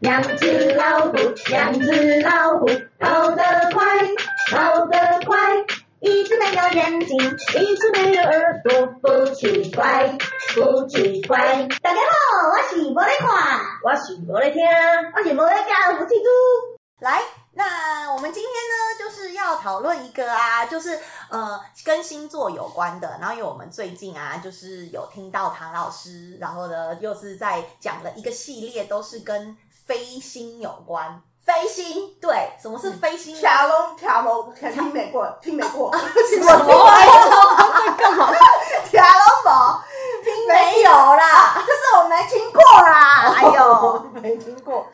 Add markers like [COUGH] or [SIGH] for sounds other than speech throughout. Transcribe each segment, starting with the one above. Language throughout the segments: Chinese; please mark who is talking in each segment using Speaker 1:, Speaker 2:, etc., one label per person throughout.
Speaker 1: 两只老虎，两只老虎，跑得快，跑得快。一只没有眼睛，一只没有耳朵，不奇怪，不奇怪。
Speaker 2: 大家好，我是无咧看，
Speaker 1: 我是无咧听，
Speaker 2: 我是无咧教，我是猪。来，那我们今天呢，就是要讨论一个啊，就是呃，跟星座有关的。然后因为我们最近啊，就是有听到唐老师，然后呢，又是在讲了一个系列，都是跟飞星有关。飞星，对，什么是飞星 [LAUGHS] 呢？
Speaker 3: 条龙条龙，听没过，听没过，
Speaker 2: 什
Speaker 3: 我
Speaker 2: 么玩意儿 [LAUGHS]
Speaker 3: 干嘛？条龙宝，听
Speaker 2: 没有啦，
Speaker 3: 就是我没听过啦。
Speaker 2: 哎呦， [LAUGHS]
Speaker 3: 没听过，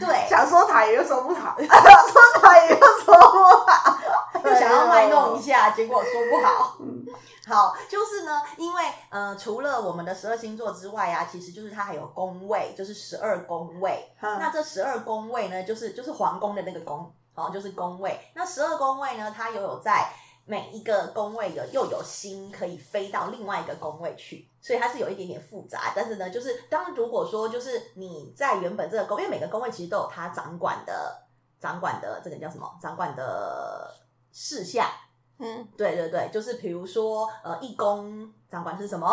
Speaker 2: 对，
Speaker 3: 想说台语又说不好，想说台语又说不好，
Speaker 2: 就想要卖弄一下，结果说不好。好，就是呢，因为呃，除了我们的十二星座之外啊，其实就是它还有宫位，就是十二宫位。那
Speaker 3: 嗯。
Speaker 2: 这十二宫位呢，就是就是皇宫的那个宫，哦，就是宫位。那十二宫位呢，它又有在每一个宫位有又有星可以飞到另外一个宫位去，所以它是有一点点复杂。但是呢，就是当如果说就是你在原本这个宫，因为每个宫位其实都有它掌管的掌管的这个叫什么？掌管的事项。
Speaker 3: 嗯，
Speaker 2: 对对对，就是比如说呃，一宫掌管是什么？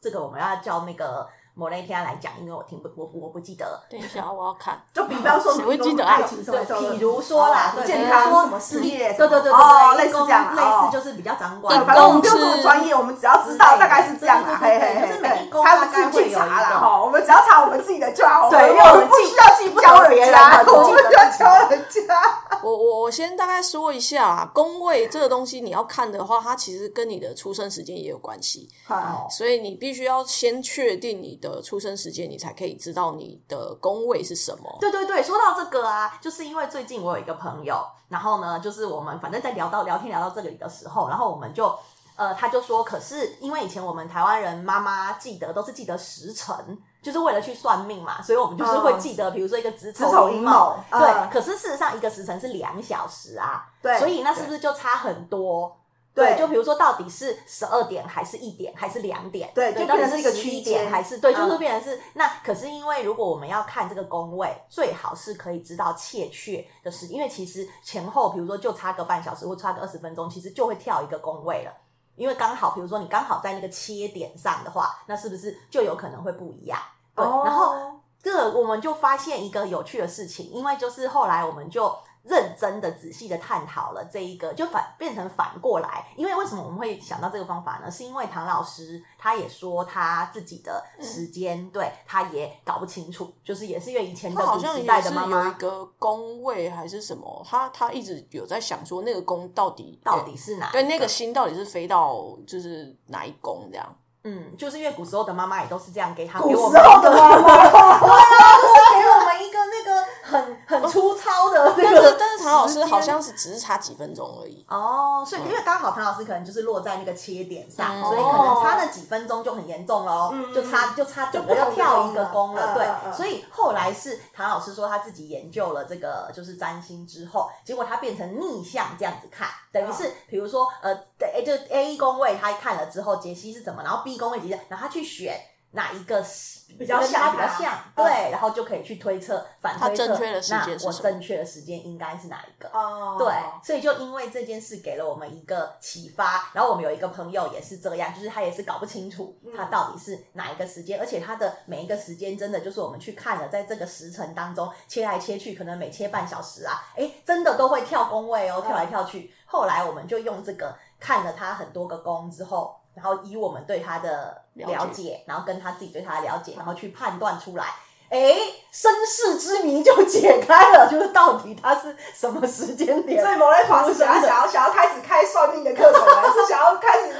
Speaker 2: 这个我们要叫那个某那天来讲，因为我听不我我不记得。
Speaker 4: 等一下，啊我要看。
Speaker 3: 就比方说，
Speaker 4: 谁会记得啊
Speaker 3: 爱情什么的
Speaker 2: 对，比如说啦，
Speaker 3: 哦
Speaker 2: 对
Speaker 3: 健
Speaker 4: 比
Speaker 3: 康
Speaker 4: 如
Speaker 2: 说
Speaker 3: 什么事业，
Speaker 2: 对对对对
Speaker 3: 哦
Speaker 2: 对，
Speaker 3: 类似这样啊，
Speaker 2: 类
Speaker 3: 哦
Speaker 2: 似就是比较掌管
Speaker 4: 对
Speaker 3: 反正我们不
Speaker 4: 公
Speaker 3: 用
Speaker 4: 司
Speaker 3: 这么专业，我们只要知道大概是这样啦。
Speaker 2: 对对
Speaker 3: 嘿
Speaker 2: 对
Speaker 3: 嘿
Speaker 2: 对
Speaker 3: 嘿，
Speaker 2: 就是每一公
Speaker 3: 他
Speaker 2: 大
Speaker 3: 们
Speaker 2: 概
Speaker 3: 自己
Speaker 2: 会
Speaker 3: 去
Speaker 2: 有
Speaker 3: 查
Speaker 2: 一
Speaker 3: 啦，哦
Speaker 2: 个
Speaker 3: 哈，我们只要查我们自己的就好。
Speaker 2: 对
Speaker 3: 因
Speaker 2: 因为
Speaker 3: 为
Speaker 2: 我
Speaker 3: 我
Speaker 2: 们
Speaker 3: 们不
Speaker 2: 自己
Speaker 3: 需要去教人
Speaker 2: 教
Speaker 3: 家，
Speaker 2: 人家
Speaker 3: 我们不需要教人
Speaker 2: [LAUGHS]
Speaker 3: 家。
Speaker 4: 我我我先大概说一下啦，宫位这个东西你要看的话，它其实跟你的出生时间也有关系，
Speaker 3: [LAUGHS] 好，
Speaker 4: 所以你必须要先确定你的出生时间，你才可以知道你的宫位是什么。
Speaker 2: 对对对，说到这个啊，就是因为最近我有一个朋友，然后呢，就是我们反正在聊到聊天聊到这里的时候，然后我们就呃，他就说，可是因为以前我们台湾人妈妈记得都是记得时辰，就是为了去算命嘛，所以我们就是会记得，比如说一个子
Speaker 3: 嗯子丑
Speaker 2: 丑
Speaker 3: 寅
Speaker 2: 寅
Speaker 3: 卯
Speaker 2: 卯，
Speaker 3: 嗯
Speaker 2: 对。可是事实上一个时辰是两小时啊，
Speaker 3: 对，
Speaker 2: 所以那是不是就差很多？
Speaker 3: 对
Speaker 2: 就比如说到底是十二点还是一点还是两点？
Speaker 3: 对就
Speaker 2: 到底
Speaker 3: 变成是一个
Speaker 2: 十一
Speaker 3: 区间
Speaker 2: 点还是对，
Speaker 3: 嗯
Speaker 2: 就是变成是、那可是因为如果我们要看这个宫位，最好是可以知道切确的时，因为其实前后比如说就差个半小时或差个二十分钟，其实就会跳一个宫位了。因为刚好，比如说你刚好在那个切点上的话，那是不是就有可能会不一样？对，
Speaker 3: 哦
Speaker 2: 然后这个我们就发现一个有趣的事情，因为就是后来我们就认真的、仔细的探讨了这一个，就反变成反过来，因为为什么我们会想到这个方法呢？是因为唐老师他也说他自己的时间，对他也搞不清楚，就是也是因为以前的
Speaker 4: 他好
Speaker 2: 古
Speaker 4: 像
Speaker 2: 时
Speaker 4: 也
Speaker 2: 代的
Speaker 4: 是
Speaker 2: 妈
Speaker 4: 有一
Speaker 2: 妈
Speaker 4: 个宫位还是什么，他他一直有在想说那个宫到底
Speaker 2: 到底是哪一
Speaker 4: 对那个星到底是飞到就是哪一宫这样。
Speaker 2: 嗯，就是因为古时候的妈妈也都是这样给他
Speaker 3: 古
Speaker 2: 给啊我
Speaker 3: 时
Speaker 2: [LAUGHS] 们
Speaker 3: 候的妈
Speaker 2: [LAUGHS]
Speaker 3: 妈，
Speaker 2: 就是给我们一个那个很很粗糙的那 [LAUGHS]
Speaker 4: 但是
Speaker 2: 个，
Speaker 4: 但是唐老师好像是只是差几分钟而已。
Speaker 2: 哦，所以
Speaker 3: 嗯
Speaker 2: 因为刚好唐老师可能就是落在那个切点上，
Speaker 4: 嗯
Speaker 2: 所以可能差了几分钟就很严重喽，
Speaker 3: 嗯
Speaker 2: 就差就差整个
Speaker 3: 就不同
Speaker 2: 要
Speaker 3: 的
Speaker 2: 跳一
Speaker 3: 宫
Speaker 2: 个
Speaker 3: 了
Speaker 2: 宫了，
Speaker 3: 嗯
Speaker 2: 对。
Speaker 3: 嗯嗯
Speaker 2: 所以后来是唐老师说他自己研究了这个就是占星之后，结果他变成逆向这样子看，等于
Speaker 3: 嗯
Speaker 2: 是比如说呃，对，就 A 宫位他看了之后解析是怎么，然后 B 宫位解析，然后他去选。哪一个是
Speaker 3: 比较
Speaker 2: 跟
Speaker 3: 像
Speaker 2: 他
Speaker 3: 他
Speaker 2: 比较像，
Speaker 3: 嗯
Speaker 2: 对，然后就可以去推测反
Speaker 4: 他
Speaker 2: 推测，
Speaker 4: 正确的时间是
Speaker 2: 那我
Speaker 4: 什么
Speaker 2: 正确的时间应该是哪一个？
Speaker 3: 哦
Speaker 2: 对，所以就因为这件事给了我们一个启发。然后我们有一个朋友也是这样，就是他也是搞不清楚
Speaker 3: 嗯
Speaker 2: 他到底是哪一个时间，而且他的每一个时间真的就是我们去看了，在这个时辰当中切来切去，可能每切半小时啊，哎，真的都会跳宫位哦，
Speaker 3: 嗯
Speaker 2: 跳来跳去。后来我们就用这个看了他很多个宫之后。然后以我们对他的
Speaker 4: 了
Speaker 2: 了
Speaker 4: 解
Speaker 2: 解，然后跟他自己对他的了解，然后去判断出来，哎，身世之谜就解开了，就是到底他是什么时间点
Speaker 3: 所以某人法师想要想要想要开始开算命的课程了，是想要开始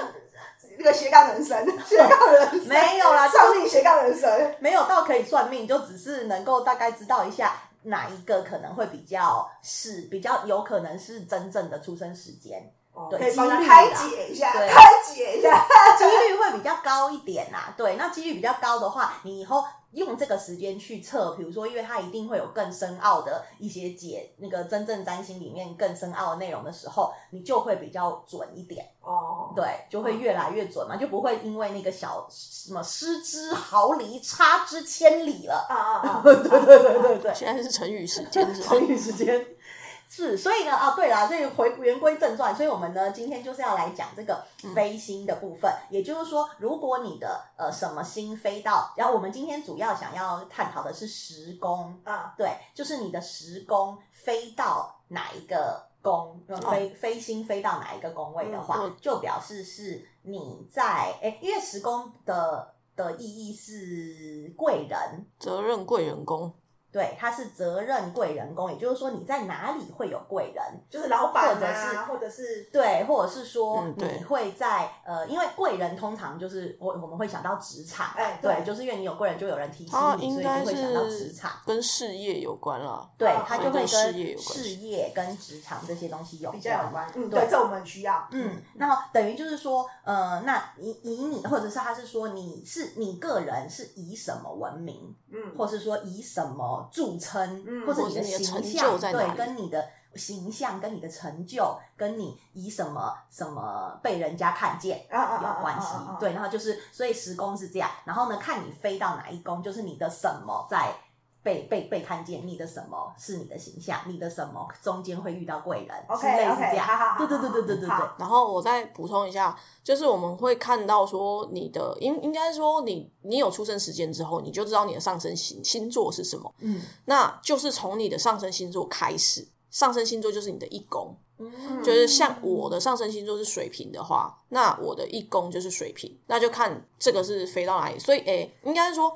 Speaker 3: 那个斜杠人生，斜杠人生
Speaker 2: 没有啦
Speaker 3: 算命斜杠人生。
Speaker 2: 没有到可以算命，就只是能够大概知道一下哪一个可能会比较是比较有可能是真正的出生时间，对
Speaker 3: 可以帮他
Speaker 2: 几率啦
Speaker 3: 开解一下，
Speaker 2: 对
Speaker 3: 开解一下。
Speaker 2: 几率会比较高一点啦、对，那几率比较高的话，你以后用这个时间去测，比如说，因为它一定会有更深奥的一些解那个真正占星里面更深奥的内容的时候，你就会比较准一点。
Speaker 3: 哦，
Speaker 2: 对，就会越来越准嘛，就不会因为那个小什么失之毫厘，差之千里了。 [LAUGHS]
Speaker 3: 啊啊啊！ [LAUGHS] 对对对对对，
Speaker 4: 现在是成语时间是
Speaker 3: [LAUGHS]
Speaker 4: 吧？
Speaker 3: 成语时间，
Speaker 2: [LAUGHS] 是，所以呢，啊，对啦，所以回言归正传，所以我们呢，今天就是要来讲这个
Speaker 3: 嗯
Speaker 2: 飞星的部分，也就是说，如果你的呃什么星飞到，然后我们今天主要想要探讨的是时宫，
Speaker 3: 啊，
Speaker 2: 对，就是你的时宫飞到哪一个宫，呃飞飞星飞到哪一个宫位的话，
Speaker 4: 哦嗯
Speaker 2: 就表示是你在，哎，因为时宫的的意义是贵人，
Speaker 4: 责任贵人工，
Speaker 2: 对，它是责任贵人宫，也就是说你在哪里会有贵人，
Speaker 3: 就是老板
Speaker 2: 或者是
Speaker 3: 啊，或者是
Speaker 2: 对，或者是说
Speaker 4: 嗯对
Speaker 2: 你会在、呃，因为贵人通常就是我我们会想到职场，
Speaker 3: 哎
Speaker 2: 对，
Speaker 3: 对
Speaker 2: 就是因为你有贵人就有人提醒
Speaker 4: 它
Speaker 2: 你，
Speaker 4: 哦应
Speaker 2: 所以
Speaker 4: 该
Speaker 2: 你会想到职
Speaker 4: 是
Speaker 2: 场，
Speaker 4: 跟事业有关啦。
Speaker 2: 对
Speaker 3: 哦，
Speaker 2: 它就会
Speaker 4: 跟事业有
Speaker 2: 跟
Speaker 4: 关系
Speaker 2: 事业跟职场这些东西有
Speaker 3: 比较有关，嗯，
Speaker 2: 对
Speaker 3: 对，这我们很需要，
Speaker 2: 嗯，然后等于就是说，呃，那以以你，或者是他是说你是你个人是以什么闻名，
Speaker 3: 嗯，
Speaker 2: 或是说以什么著称，
Speaker 3: 嗯
Speaker 2: 或者你
Speaker 4: 或者你的
Speaker 2: 形
Speaker 4: 成
Speaker 2: 象，
Speaker 4: 就在哪
Speaker 2: 对，
Speaker 4: 里
Speaker 2: 跟你的形象、跟你的成就、跟你以什么什么被人家看见。
Speaker 3: 啊啊啊
Speaker 2: 有
Speaker 3: 啊
Speaker 2: 关
Speaker 3: 啊
Speaker 2: 系
Speaker 3: 啊啊，
Speaker 2: 对，然后就是，所以十宫是这样，然后呢，看你飞到哪一宫，就是你的什么在被被被看见，你的什么是你的形象，你的什么中间会遇到贵人之类是
Speaker 3: ，OK
Speaker 2: 这
Speaker 3: OK，好
Speaker 2: 样，
Speaker 3: 好好，
Speaker 2: 对对对对对对
Speaker 3: 好
Speaker 2: 对，
Speaker 4: 然后我再补充一下，就是我们会看到说你的应应该说你你有出生时间之后，你就知道你的上升星星座是什么，
Speaker 2: 嗯
Speaker 4: 那就是从你的上升星座开始。上升星座就是你的一宫，
Speaker 2: 嗯
Speaker 4: 就是像我的上升星座是水瓶的话，那我的一宫就是水瓶，那就看这个是飞到哪里。所以，诶、应该是说，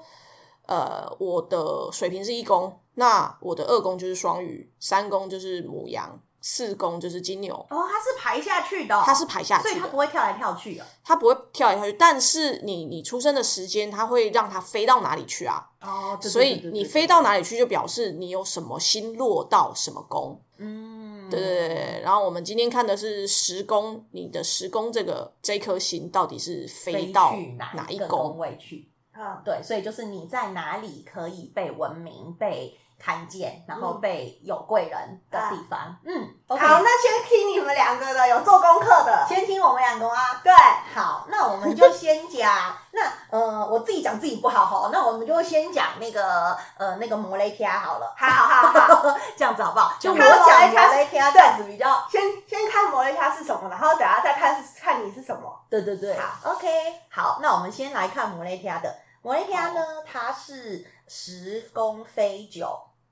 Speaker 4: 呃，我的水瓶是一宫，那我的二宫就是双鱼，三宫就是母羊，四宫就是金牛，
Speaker 2: 哦，它是排下去的哦，
Speaker 4: 它是排下
Speaker 2: 所以
Speaker 4: 去
Speaker 2: 它
Speaker 4: 的
Speaker 2: 不。会跳来跳去的，
Speaker 4: 它不会跳来跳去，但是你你出生的时间，它会让它飞到哪里去啊？
Speaker 2: 哦，
Speaker 4: 所以你飞
Speaker 2: 到，
Speaker 4: 到哪里去，就表示你有什么星落到什么宫。
Speaker 2: 嗯，
Speaker 4: 对对对对。然后我们今天看的是十宫，你的十宫这个这颗星到底是
Speaker 2: 飞
Speaker 4: 飞到
Speaker 2: 去哪
Speaker 4: 一
Speaker 2: 个宫
Speaker 4: 宫？
Speaker 2: 位去。
Speaker 3: 嗯，
Speaker 2: 对，所以就是你在哪里可以被文明、被看见，然后
Speaker 3: 嗯啊
Speaker 2: 被有贵人的地方。嗯，OK，
Speaker 3: 好，那先听你们两个的，有做功课的，
Speaker 2: 先听我们两个啊。
Speaker 3: 对，
Speaker 2: 好，那我们就先讲那呃，我自己讲自己不好哈，那我们就先讲那个呃那个摩雷提亚好了，
Speaker 3: 好好好好，
Speaker 2: 这样子好不好？ [LAUGHS] 就我
Speaker 3: 看摩雷
Speaker 2: 讲
Speaker 3: 提亚
Speaker 2: 摩雷提亚
Speaker 3: 对
Speaker 2: 这样子比较，
Speaker 3: 先先看摩雷卡是什么，然后等下再看看你是什么，
Speaker 2: 对对对。
Speaker 3: 好
Speaker 2: OK，好，那我们先来看摩雷提亚的。摩雷提亚呢，它是十宫飞九，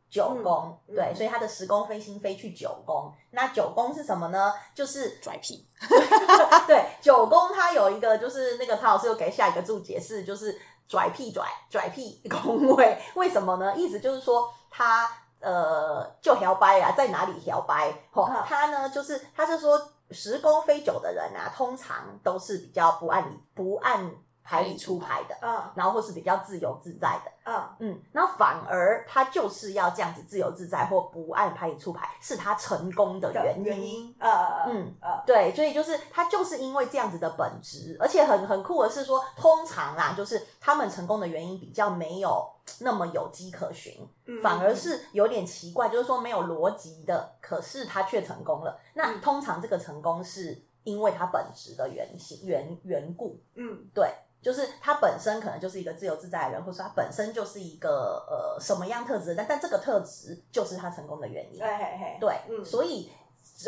Speaker 2: 九宫、
Speaker 3: 嗯
Speaker 2: 对，
Speaker 3: 嗯
Speaker 2: 所以它的十宫飞星飞去九宫。那九宫是什么呢？就是
Speaker 4: 拽屁！
Speaker 2: [LAUGHS] 对九宫，它有一个就是那个陶老师有给下一个注解是，就是拽屁拽拽屁宫位，为什么呢？意思就是说它呃就摇摆啊，在哪里摇摆？吼
Speaker 3: 嗯，
Speaker 2: 他呢就是他是说十宫飞九的人啊，通常都是比较不按理不按牌理出牌的。
Speaker 3: 嗯
Speaker 2: 然后或是比较自由自在的，
Speaker 3: 嗯，
Speaker 2: 嗯，那反而他就是要这样子自由自在或不按牌理出牌，是他成功的
Speaker 3: 的
Speaker 2: 原因。
Speaker 3: 原因，呃，
Speaker 2: 嗯
Speaker 3: 呃，
Speaker 2: 对，所以就是他就是因为这样子的本质，而且很很酷的是说，通常啦，就是他们成功的原因比较没有那么有迹可循，
Speaker 3: 嗯
Speaker 2: 反而是有点奇怪，就是说没有逻辑的，可是他却成功了。那
Speaker 3: 嗯
Speaker 2: 通常这个成功是因为他本质的原型原缘故，
Speaker 3: 嗯
Speaker 2: 对，就是他本身可能就是一个自由自在的人，或者说他本身就是一个呃什么样特质的人，但但这个特质就是他成功的原因。
Speaker 3: 对嘿嘿，
Speaker 2: 对，
Speaker 3: 嗯
Speaker 2: 所以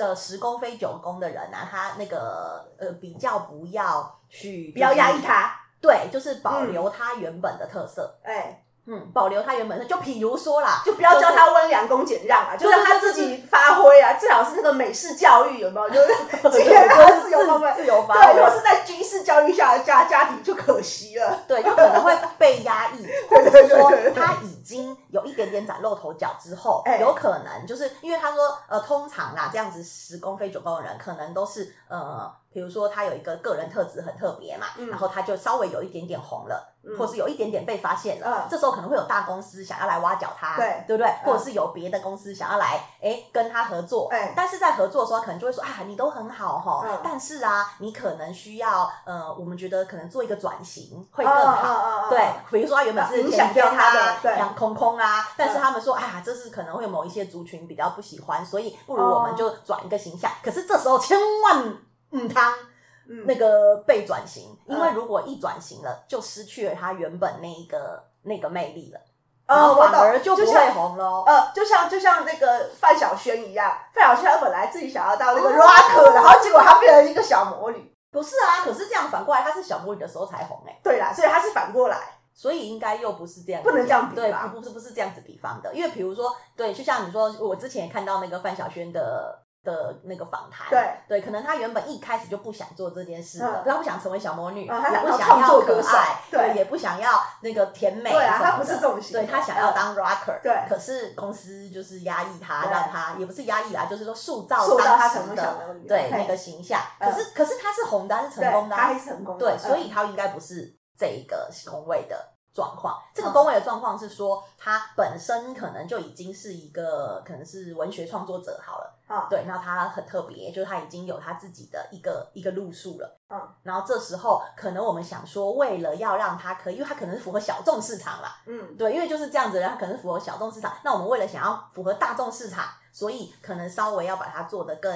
Speaker 2: 呃十宫非九宫的人啊，他那个呃比较不要去
Speaker 3: 不要压抑，嗯他，
Speaker 2: 对，就是保留他原本的特色，
Speaker 3: 哎，
Speaker 2: 嗯保留他原本的，就比如说啦，
Speaker 3: 就不要教他温良恭俭让啊，就
Speaker 2: 对对
Speaker 3: 让他自己发挥啊，最好是那个美式教育有没有？ [LAUGHS] 就是
Speaker 2: [LAUGHS] 对
Speaker 3: 尽量让他自由发挥
Speaker 2: 自。自由发
Speaker 3: 对，
Speaker 2: 挥
Speaker 3: 如果是在军事教育下的家家庭就可惜了。
Speaker 2: 对，就可能会被压
Speaker 3: [LAUGHS]
Speaker 2: 抑，或者是说他已经有一点点崭露头角之后
Speaker 3: 哎，
Speaker 2: 有可能就是因为他说，呃，通常啦，这样子十宫非九宫的人，可能都是呃，比如说他有一个个人特质很特别嘛，
Speaker 3: 嗯
Speaker 2: 然后他就稍微有一点点红了，
Speaker 3: 嗯
Speaker 2: 或是有一点点被发现了，
Speaker 3: 嗯
Speaker 2: 这时候可能会有大公司想要来挖角他，
Speaker 3: 对嗯
Speaker 2: 对不对？或者是有别的公司想要来，哎，跟他合作，
Speaker 3: 哎
Speaker 2: 但是在合作的时候，可能就会说啊，你都很好哈，
Speaker 3: 嗯
Speaker 2: 但是啊，你可能需要呃，我们觉得可能做一个转型会
Speaker 3: 会
Speaker 2: 更好。
Speaker 3: 好
Speaker 2: 对，比如说他原本是
Speaker 3: 嗯影响
Speaker 2: 田
Speaker 3: 掉他
Speaker 2: 啊
Speaker 3: 的对嗯
Speaker 2: 养空空啊，但是他们说啊，这是可能会有某一些族群比较不喜欢，所以不如我
Speaker 3: 哦
Speaker 2: 们就转一个形象。可是这时候千万嗯，汤
Speaker 3: 嗯
Speaker 2: 那个被转型，因为
Speaker 3: 嗯
Speaker 2: 如果一转型了，就失去了他原本那一个那个魅力了。然
Speaker 3: 呃，
Speaker 2: 后
Speaker 3: 我
Speaker 2: 反
Speaker 3: 懂，
Speaker 2: 而哦就不
Speaker 3: 像
Speaker 2: 会红喽。
Speaker 3: 呃，就像就像那个范晓萱一样，范晓萱本来自己想要当那
Speaker 2: 哦
Speaker 3: 个 rock，、然后结果她变成一个小魔女。
Speaker 2: 不是啊，可是这样反过来，她是小魔女的时候才红哎、
Speaker 3: 对啦，所以她是反过来，
Speaker 2: 所以应该又不是这样，
Speaker 3: 不能这样比
Speaker 2: 对，
Speaker 3: 吧
Speaker 2: 不不是不是这样子比方的，因为比如说，对，就像你说，我之前也看到那个范晓萱的的那个访谈，
Speaker 3: 对
Speaker 2: 对，可能她原本一开始就不想做这件事的，
Speaker 3: 嗯
Speaker 2: 她不想成为小魔女，
Speaker 3: 嗯她
Speaker 2: 也
Speaker 3: 想
Speaker 2: 不啊
Speaker 3: 当
Speaker 2: 想
Speaker 3: 创
Speaker 2: 要
Speaker 3: 作
Speaker 2: 可
Speaker 3: 歌手
Speaker 2: 爱，
Speaker 3: 对
Speaker 2: 也不想要那个甜美什么
Speaker 3: 对
Speaker 2: 的，
Speaker 3: 啊她不是这种型的
Speaker 2: 对她想要当 rocker，
Speaker 3: 对
Speaker 2: 可是公司就是压抑她，
Speaker 3: 对
Speaker 2: 让她也不是压抑啦，就是说塑造
Speaker 3: 塑造她
Speaker 2: 当时
Speaker 3: 成为小
Speaker 2: 的
Speaker 3: 魔女。
Speaker 2: 对
Speaker 3: 嘿
Speaker 2: 那个形象，
Speaker 3: 嗯
Speaker 2: 可是可是她是红的啊，她是
Speaker 3: 对
Speaker 2: 成功的啊，
Speaker 3: 她还是成功的，
Speaker 2: 对，所
Speaker 3: 嗯
Speaker 2: 以他应该不是这一个工位的状况。这个
Speaker 3: 嗯
Speaker 2: 工位的状况是说，他本身可能就已经是一个可能是文学创作者好了，
Speaker 3: 啊，
Speaker 2: 对，那他很特别，就是他已经有他自己的一个一个路数了。
Speaker 3: 嗯，
Speaker 2: 然后这时候可能我们想说，为了要让他可以，因为他可能是符合小众市场啦，
Speaker 3: 嗯，
Speaker 2: 对，因为就是这样子的人，他可能符合小众市场。那我们为了想要符合大众市场，所以可能稍微要把它做得更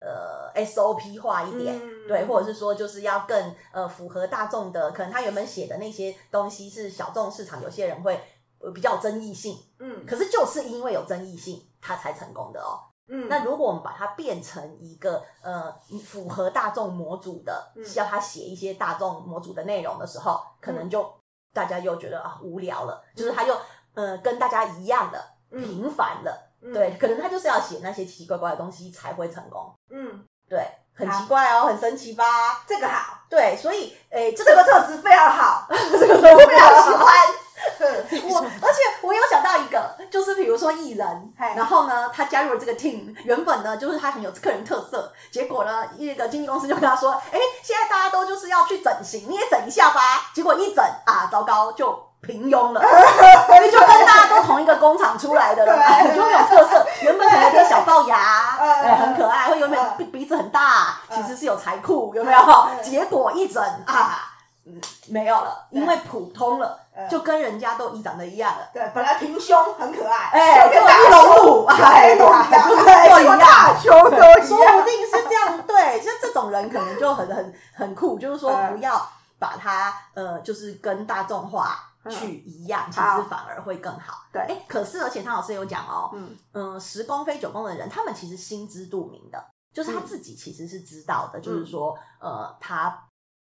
Speaker 2: 呃 SOP 化一点，
Speaker 3: 嗯
Speaker 2: 对，或者是说就是要更呃符合大众的。可能他原本写的那些东西是小众市场，有些人会呃比较有争议性，
Speaker 3: 嗯
Speaker 2: 可是就是因为有争议性，他才成功的哦。
Speaker 3: 嗯，
Speaker 2: 那如果我们把它变成一个呃符合大众模组的
Speaker 3: 嗯，
Speaker 2: 要他写一些大众模组的内容的时候，可能就大家又觉得啊无聊了，就是他又呃跟大家一样了，
Speaker 3: 嗯
Speaker 2: 平凡了，
Speaker 3: 嗯
Speaker 2: 对，可能他就是要写那些奇奇怪怪的东西才会成功，
Speaker 3: 嗯，
Speaker 2: 对，很
Speaker 3: 好
Speaker 2: 奇怪哦，很神奇吧？
Speaker 3: 这个好，
Speaker 2: 对，所以诶，这
Speaker 3: 这个
Speaker 2: 个
Speaker 3: 特质非常好，
Speaker 2: 这个我非常喜欢。
Speaker 3: 嗯
Speaker 2: [LAUGHS] 我而且我有想到一个，就是比如说艺人，
Speaker 3: 嘿
Speaker 2: 然后呢，他加入了这个 team，原本呢就是他很有个人特色，结果呢，一个经纪公司就跟他说，哎，现在大家都就是要去整形，你也整一下吧。结果一整啊，糟糕，就平庸
Speaker 3: [LAUGHS]
Speaker 2: 了，就跟大家都同一个工厂出来的了，
Speaker 3: 对
Speaker 2: 就没有特
Speaker 3: [LAUGHS]
Speaker 2: 色。原本可能有点小龅牙，
Speaker 3: 嗯
Speaker 2: 哎，很可爱，会有点鼻鼻子很大，其实是有财库，有没有
Speaker 3: 嗯？
Speaker 2: 结果一整啊。嗯，没有了，因为普通了，
Speaker 3: 嗯
Speaker 2: 就跟人家都一长得一样了。
Speaker 3: 呃对，本来平胸很可爱，
Speaker 2: 哎，
Speaker 3: 变
Speaker 2: 就
Speaker 3: 大
Speaker 2: 一龙五，
Speaker 3: 哎
Speaker 2: 哎，
Speaker 3: 都一样，
Speaker 2: 就是
Speaker 3: 哎
Speaker 2: 都一
Speaker 3: 说大
Speaker 2: 样。
Speaker 3: 胸都
Speaker 2: 说
Speaker 3: 一样，
Speaker 2: 不定是这样，对，像这种人可能就很很很酷，就是说
Speaker 3: 嗯
Speaker 2: 不要把它呃，就是跟大众化去一样，其
Speaker 3: 好
Speaker 2: 实反而会更好。
Speaker 3: 对
Speaker 2: 哎，可是而且汤老师有讲哦，
Speaker 3: 嗯
Speaker 2: 嗯，十宫非九宫的人，他们其实心知肚明的，就是他
Speaker 3: 嗯
Speaker 2: 自己其实是知道的，就是说，呃，他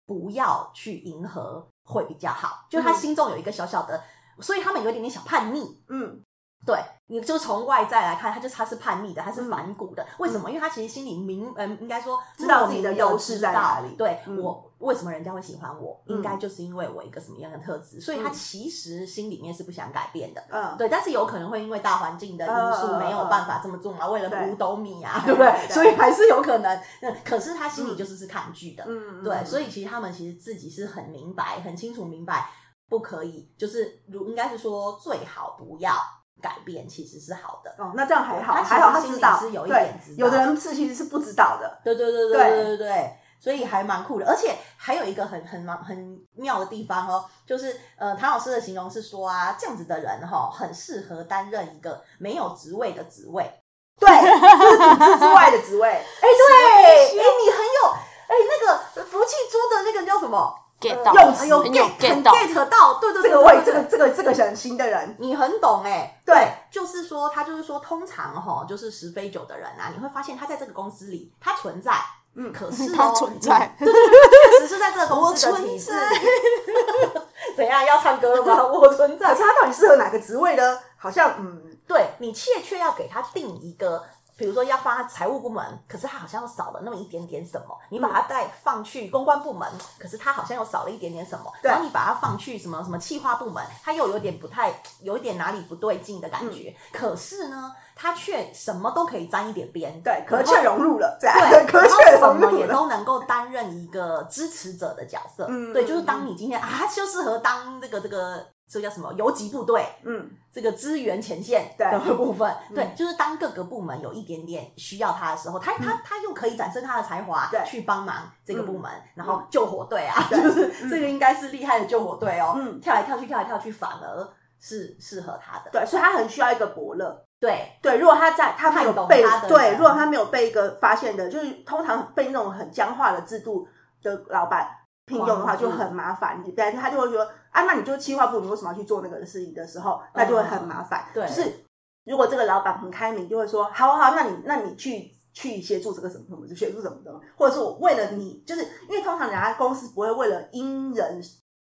Speaker 2: 不要去迎合会比较好，就是他
Speaker 3: 嗯
Speaker 2: 心中有一个小小的，所以他们有一点点小叛逆，
Speaker 3: 嗯
Speaker 2: 对，你就从外在来看，他就是他是叛逆的，
Speaker 3: 嗯
Speaker 2: 他是反骨的。为什么？因为他其实心里明，嗯，应该说
Speaker 3: 知道
Speaker 2: 莫
Speaker 3: 自己
Speaker 2: 名
Speaker 3: 的
Speaker 2: 地
Speaker 3: 优势
Speaker 2: 知
Speaker 3: 在
Speaker 2: 道
Speaker 3: 哪里
Speaker 2: 对、
Speaker 3: 嗯
Speaker 2: 我为什么人家会喜欢我，
Speaker 3: 嗯
Speaker 2: 应该就是因为我一个什么样的特质，所以他
Speaker 3: 嗯
Speaker 2: 其实心里面是不想改变的。
Speaker 3: 嗯，
Speaker 2: 对，但是有可能会因为大环境的因
Speaker 3: 嗯嗯
Speaker 2: 素
Speaker 3: 嗯
Speaker 2: 没有办法这么做嘛，为了
Speaker 3: 对
Speaker 2: 五斗米啊，对
Speaker 3: 对
Speaker 2: 不对
Speaker 3: 对？对
Speaker 2: 所以还是有可能。嗯，可是他心里就是是抗拒的。
Speaker 3: 嗯，
Speaker 2: 对，所
Speaker 3: 以
Speaker 2: 以其实他们其实自己是很明白、很清楚明白，不可以，就是如应该是说最好不要改变，其实是好的。
Speaker 3: 哦，那这样还好，
Speaker 2: 他其实
Speaker 3: 还好他
Speaker 2: 心里
Speaker 3: 知道，
Speaker 2: 是有一
Speaker 3: 对
Speaker 2: 点知，道
Speaker 3: 有的人是其实是不知道的，
Speaker 2: 对对对对
Speaker 3: 对
Speaker 2: 对对对，所以还蛮酷的。而且还有一个很很蛮很妙的地方哦，就是呃，唐老师的形容是说啊，这样子的人哈、哦，很适合担任一个没有职位的职
Speaker 3: [LAUGHS]
Speaker 2: 位。
Speaker 3: 对，就是组织之外的职
Speaker 2: [LAUGHS]
Speaker 3: 位，
Speaker 2: 哎，对，哎，
Speaker 4: 啊
Speaker 2: 你很有。哎，那个福气猪的那个叫什么？
Speaker 4: get 到，
Speaker 3: 用
Speaker 2: 很
Speaker 3: 词
Speaker 2: 有
Speaker 4: 很有
Speaker 2: get
Speaker 4: get 到，
Speaker 2: get 到，对对
Speaker 3: 这
Speaker 2: 对，
Speaker 3: 个
Speaker 2: 对
Speaker 3: 位
Speaker 2: 对，
Speaker 3: 这个这个这个人新的人，
Speaker 2: 你很懂哎、
Speaker 3: 对，
Speaker 2: 就是说他就是说，通常哈、就是十非九的人啊，你会发现他在这个公司里，他存在，
Speaker 3: 嗯
Speaker 2: 可
Speaker 4: [LAUGHS]
Speaker 2: 是、哦、
Speaker 4: 他存
Speaker 2: [LAUGHS]
Speaker 4: 在
Speaker 2: 你，对对对，确实是在这个公司的
Speaker 4: 我存
Speaker 2: 体制里。 [LAUGHS] 怎样要唱歌了吗？我存
Speaker 3: 可
Speaker 2: 在
Speaker 3: 是。他到底适合哪个职位呢？好像嗯，
Speaker 2: 对你切确要给他定一个，比如说要放他财务部门，可是他好像又少了那么一点点什么。你把他再放去公关部门，可是他好像又少了一点点什么。
Speaker 3: 对
Speaker 2: 然后你把他放去什么什么企划部门，他又有点不太，有一点哪里不对劲的感
Speaker 3: 嗯
Speaker 2: 觉。可是呢，他却什么都可以沾一点边，
Speaker 3: 对，
Speaker 2: 可
Speaker 3: 可却融入了，这样
Speaker 2: 对，
Speaker 3: [LAUGHS] 可却
Speaker 2: 然后
Speaker 3: 融
Speaker 2: 什么
Speaker 3: 入
Speaker 2: 也
Speaker 3: 了，
Speaker 2: 都能够担任一个支持者的角色。
Speaker 3: 嗯
Speaker 2: 对，就是当你今天啊，他就适合当这个这个这个叫什么游击部队，
Speaker 3: 嗯
Speaker 2: 这个支援前线
Speaker 3: 对
Speaker 2: 的部分，
Speaker 3: 嗯
Speaker 2: 对，就是当各个部门有一点点需要他的时候，他他他又可以展示他的才华，
Speaker 3: 嗯对
Speaker 2: 去帮忙这个部门，然后
Speaker 3: 嗯
Speaker 2: 救火队啊，[LAUGHS]
Speaker 3: 对
Speaker 2: 就是
Speaker 3: 嗯
Speaker 2: 这个应该是厉害的救火队哦，
Speaker 3: 嗯
Speaker 2: 跳来跳去，跳来跳去，反而是适合他的，
Speaker 3: 对，所以他很需要一个伯乐。
Speaker 2: 对
Speaker 3: 对，如果他在他没
Speaker 2: 太
Speaker 3: 有
Speaker 2: 懂
Speaker 3: 被
Speaker 2: 他的
Speaker 3: 对，
Speaker 2: 人
Speaker 3: 如果他没有被一个发现的，就是通常被那种很僵化的制度的老板聘用的话
Speaker 2: 房子
Speaker 3: 就很麻烦，但是他就会觉得啊，那你就计划不，你为什么要去做那个事情的时候，那就会很麻烦。
Speaker 2: 对
Speaker 3: 就是如果这个老板很开明，就会说好好，那你那你去。去协助这个什么什么，就协助什么的，或者是我为了你，就是因为通常人家公司不会为了因人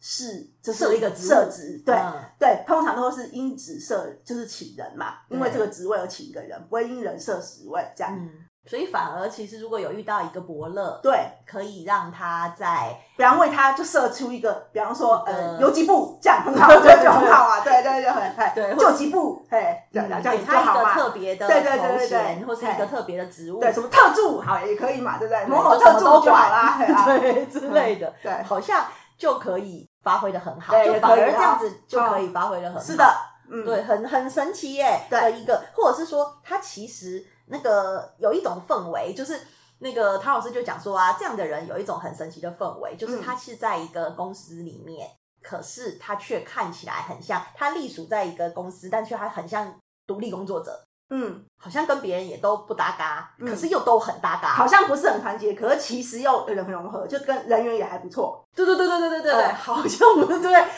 Speaker 3: 事，这
Speaker 2: 设
Speaker 3: 是
Speaker 2: 一个职务
Speaker 3: 设职，对，
Speaker 2: 嗯
Speaker 3: 对，通常都是因职设，就是请人嘛，因为
Speaker 2: 对
Speaker 3: 这个职位而请一个人，不会因人设职位这样。
Speaker 2: 嗯，所以反而其实如果有遇到一个伯乐，
Speaker 3: 对，
Speaker 2: 可以让他在
Speaker 3: 比方为他就设出一个，比方说
Speaker 2: 嗯
Speaker 3: 呃，游击部这样
Speaker 2: [LAUGHS]
Speaker 3: 很好，这样就很好啊，对对对，很很
Speaker 2: 对或
Speaker 3: 救急部，嘿，这样
Speaker 2: 嗯
Speaker 3: 这样
Speaker 2: 给
Speaker 3: 就
Speaker 2: 他一
Speaker 3: 好
Speaker 2: 个
Speaker 3: 嘛。
Speaker 2: 特别的
Speaker 3: 对对对
Speaker 2: 头
Speaker 3: 对
Speaker 2: 衔，
Speaker 3: 对
Speaker 2: 或是一个
Speaker 3: 对
Speaker 2: 特别的职务，
Speaker 3: 对，什么特助好也可以嘛，对不对？
Speaker 2: 对
Speaker 3: 某某
Speaker 2: 就什
Speaker 3: 特
Speaker 2: 么
Speaker 3: 助
Speaker 2: 都
Speaker 3: 就
Speaker 2: [LAUGHS]
Speaker 3: 好啦，嘿啊嗯
Speaker 2: 对之类的，
Speaker 3: 对
Speaker 2: 好像就可以发挥的很好，
Speaker 3: 对
Speaker 2: 就
Speaker 3: 也
Speaker 2: 反
Speaker 3: 可以
Speaker 2: 而
Speaker 3: 啊
Speaker 2: 这样子就可以发挥的很好。
Speaker 3: 是的，，嗯，
Speaker 2: 对，很很神奇耶
Speaker 3: 对
Speaker 2: 的一个，或者是说，他其实那个有一种氛围，就是那个唐老师就讲说啊，这样的人有一种很神奇的氛围，就是
Speaker 3: 嗯
Speaker 2: 他是在一个公司里面，可是他却看起来很像他隶属在一个公司，但却他很像独立工作者，
Speaker 3: 嗯，
Speaker 2: 好像跟别人也都不搭嘎，
Speaker 3: 嗯
Speaker 2: 可是又都很搭嘎，
Speaker 3: 好像不是很团结，可是其实又人很融合，就跟人缘也还不错。
Speaker 2: 对对对对对对对，对，[LAUGHS]
Speaker 3: 嗯
Speaker 2: 好像不是对，哎、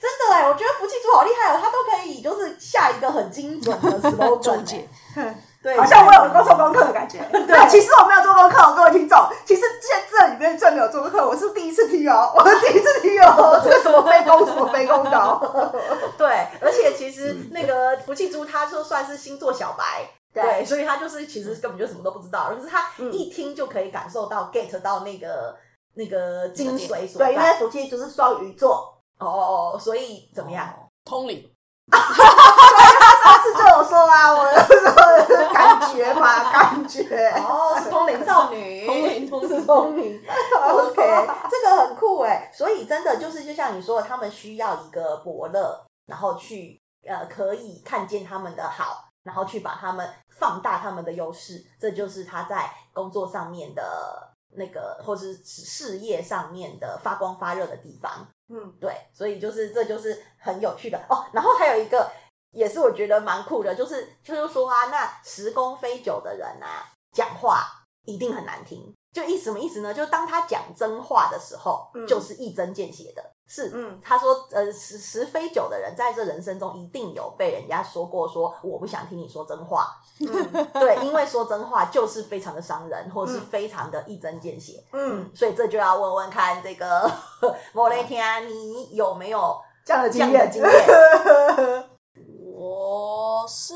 Speaker 2: 真的哎、我觉得福气猪好厉害哦，他都可以就是下一个很精准的 slogan，
Speaker 4: 中
Speaker 2: 哎
Speaker 4: 介
Speaker 2: [LAUGHS] 对，
Speaker 3: 好像我有做功课的感觉。对，其实我没有做功课，各位听众，其实这这里面最没有做功课，我是第一次听哦，我是第一次听
Speaker 2: [LAUGHS]
Speaker 3: 哦，这个什么非攻什么非攻的哦，
Speaker 2: 对，而且其实那个福气猪，他就算是星座小白。
Speaker 3: 对
Speaker 2: [LAUGHS] 对，所以他就是其实根本就什么都不知道，可是他一听就可以感受到 get 到那个那个精髓所在。
Speaker 3: 对，因为福气就是双鱼座，
Speaker 2: 哦哦，哦所以怎么样？
Speaker 4: 通灵，
Speaker 3: 上次就有说啊， [LAUGHS] 我说感觉
Speaker 2: [LAUGHS]
Speaker 3: 嘛，感觉
Speaker 2: 哦，是通灵少女，
Speaker 4: 通灵通灵
Speaker 2: 是通灵。OK，
Speaker 3: ，OK，
Speaker 2: [LAUGHS] 这个很酷哎，所以真的就是就像你说的，他们需要一个伯乐，然后去呃可以看见他们的好，然后去把他们放大他们的优势，这就是他在工作上面的那个或是事业上面的发光发热的地方。
Speaker 3: 嗯，
Speaker 2: 对，所以就是这就是很有趣的哦。然后还有一个也是我觉得蛮酷的，就是就是说啊，那时空飞久的人啊，讲话一定很难听。就意什么意思呢？就当他讲真话的时候，
Speaker 3: 嗯
Speaker 2: 就是一针见血的。是，
Speaker 3: 嗯
Speaker 2: 他说，呃，十十非九的人在这人生中一定有被人家说过说我不想听你说真 [LAUGHS] 话，
Speaker 3: 嗯
Speaker 2: 对，因为说真话就是非常的伤人，或者是
Speaker 3: 嗯
Speaker 2: 非常的一针见血。
Speaker 3: 嗯，
Speaker 2: 嗯，所以这就要问问看这个 [LAUGHS] 莫雷天啊，你有没有
Speaker 3: 这样的
Speaker 2: 这样
Speaker 3: 经
Speaker 2: 的
Speaker 3: 验，
Speaker 2: 经验？
Speaker 3: [LAUGHS]
Speaker 4: 我是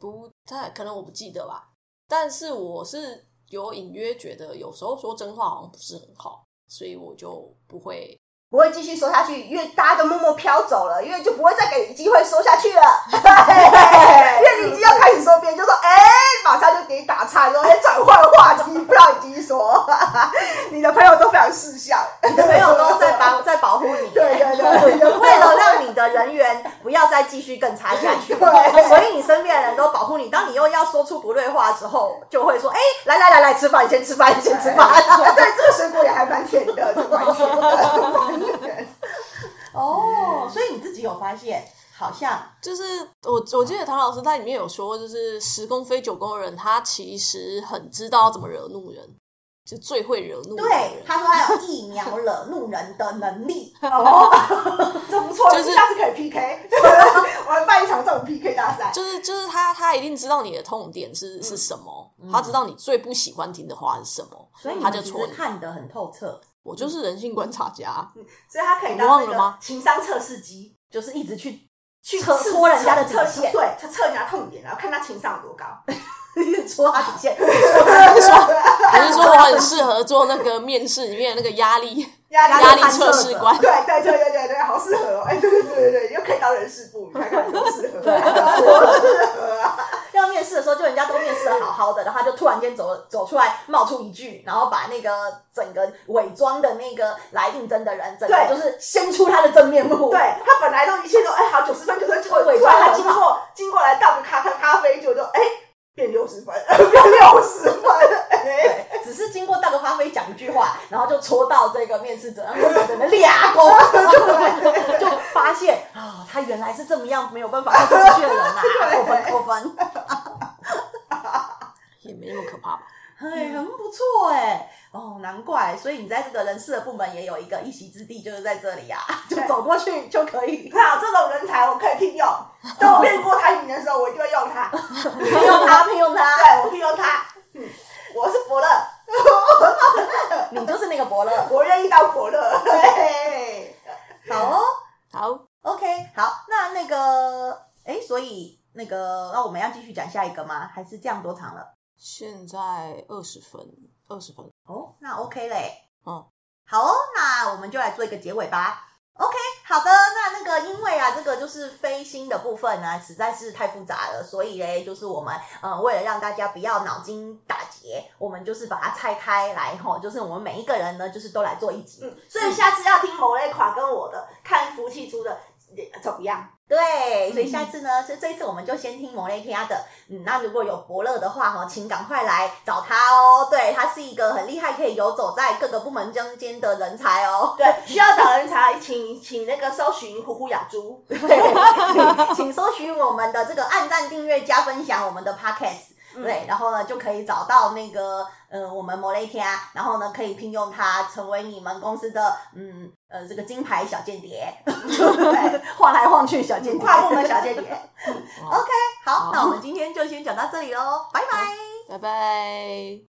Speaker 4: 不太可能我不记得吧，但是我是有隐约觉得有时候说真话好像不是很好，所以我就不会
Speaker 3: 不会继续说下去，因为大家都默默飘走了，因为就不会再给你机会说下去了。因为你已经要开始说，别人就说：“哎、马上就给你打岔，说哎，转换话题，不让你继续说。” [LAUGHS] 你的朋友都非常识相，你
Speaker 2: 有没有都在保在保护你？
Speaker 3: 对对对对
Speaker 2: 为了让你的人缘不要再继续更差下去，
Speaker 3: 对
Speaker 2: 所以你身边的人都保护你。当你又要说出不对话的时候，就会说：“哎、来来来来，吃饭，你先吃饭，你先吃饭。
Speaker 3: [LAUGHS] 啊，对，这个水果也还蛮甜的，这个蛮甜的。
Speaker 2: 哦，所以你自己有发现，好像
Speaker 4: 就是我我记得唐老师在里面有说过，就是十宫非九宫的人，他其实很知道怎么惹怒人，就最会惹怒人的
Speaker 2: [LAUGHS] 对
Speaker 4: 人。
Speaker 2: 他说他有疫苗惹怒人的能力。
Speaker 3: 哦， [LAUGHS] 这不错，
Speaker 4: 就是
Speaker 3: 下次可以 PK，我 [LAUGHS] 们办一场这种 PK 大赛。
Speaker 4: 就是就是他他一定知道你的痛点
Speaker 2: 嗯
Speaker 4: 是是什么，他知道你最不喜欢听的话是什么，
Speaker 2: 所以你
Speaker 4: 他
Speaker 2: 们
Speaker 4: 就
Speaker 2: 其
Speaker 4: 戳
Speaker 2: 实
Speaker 4: 你。
Speaker 2: 看得很透彻，
Speaker 4: 我就是人性观察
Speaker 2: [LAUGHS]
Speaker 4: 家，
Speaker 3: 所以他可以
Speaker 4: 你
Speaker 3: 当
Speaker 4: 忘
Speaker 3: 那
Speaker 4: 了吗
Speaker 3: 个情商测试机，
Speaker 2: 就是一直去
Speaker 3: 去
Speaker 2: 戳
Speaker 3: 测
Speaker 2: 戳人家的底
Speaker 3: 测
Speaker 2: 线，
Speaker 3: 对，他测人家痛点，然后看他情商有
Speaker 2: [LAUGHS]
Speaker 3: 多高。
Speaker 2: 一直戳他底线。
Speaker 4: 还是说我很适合做那
Speaker 2: [LAUGHS]
Speaker 4: 个面试里面的那个压力？
Speaker 3: 压
Speaker 4: 压力
Speaker 3: 探
Speaker 4: 测试官
Speaker 3: 对对对对对对，好适合哦！哎，对对对对，又可以当人事部，你看看多适
Speaker 2: [LAUGHS]
Speaker 3: 合，啊
Speaker 2: 要面试的时候，就人家都面试的好好的，然后他就突然间走走出来，冒出一句，然后把那个整个伪装的那个来应征的人，整个
Speaker 3: 对
Speaker 2: 就是掀出他的正面目。
Speaker 3: 对他本来都一切都哎好九十分九十分，结果
Speaker 2: 伪
Speaker 3: 突
Speaker 2: 装很
Speaker 3: 然他经过经过来倒个咖咖咖啡，就就哎变六十分， [LAUGHS] 变六十分，哎。
Speaker 2: 对，只是经过大哥咖啡讲一句话，然后就戳到这个面试者，然后整个俩公，就发现啊、他原来是这么样没有办法做
Speaker 3: [LAUGHS]
Speaker 2: 出去的人啊，扣分扣分。
Speaker 4: 也没那么可怕吧？
Speaker 3: 嗯
Speaker 2: 嘿，很不错哎，哦，难怪，所以你在这个人事的部门也有一个一席之地，就是在这里
Speaker 3: [LAUGHS]
Speaker 2: 呀、就
Speaker 3: 对
Speaker 2: 走过去就可以
Speaker 3: [LAUGHS] 你。看啊，这种人才我可以
Speaker 2: [LAUGHS]
Speaker 3: 聘用。等我变郭台铭的时候，我一定会用他。
Speaker 2: 聘用他，聘用他，
Speaker 3: [LAUGHS] 对，我聘用他。嗯，我是伯乐， [LAUGHS]
Speaker 2: 你就是那个伯乐。
Speaker 3: 我愿意当伯乐。嘿
Speaker 2: [LAUGHS] 好哦
Speaker 4: 好，
Speaker 2: ，OK，好，那那个，哎，所以那个，那我们要继续讲下一个吗？还是这样多长了？
Speaker 4: 现在二十分，二十分，
Speaker 2: 哦，那 OK 嘞。
Speaker 4: 哦，
Speaker 2: 好哦，那我们就来做一个结尾吧。OK，好的，那那个因为啊，这个就是飞星的部分呢、实在是太复杂了，所以嘞，就是我们呃，为了让大家不要脑筋打结，我们就是把它拆开来吼，就是我们每一个人呢，就是都来做一集。
Speaker 3: 嗯，所以下次要听某类款跟我的，看福气猪的怎么样？
Speaker 2: 对，所以
Speaker 3: 嗯
Speaker 2: 下次呢，这、这一次我们就先听莫雷提亚的。嗯，那如果有伯乐的话哈，请赶快来找他哦。对，他是一个很厉害，可以游走在各个部门中间的人才哦。
Speaker 3: 对，需要找人才，请请那个搜寻“呼呼养猪
Speaker 2: 对，请搜寻我们的这个按赞、订阅、加分享我们的 podcast。”。对，
Speaker 3: 嗯
Speaker 2: 然后呢就可以找到那个呃我们摩雷天，然后呢可以聘用他成为你们公司的嗯呃这个金牌小间谍， [LAUGHS] 对，晃来晃去小间谍，
Speaker 3: 跨部门小间谍。
Speaker 4: 哦
Speaker 2: [LAUGHS] OK，好，
Speaker 4: 好
Speaker 2: 那我们今天就先讲到这里喽，拜拜。
Speaker 4: 拜拜。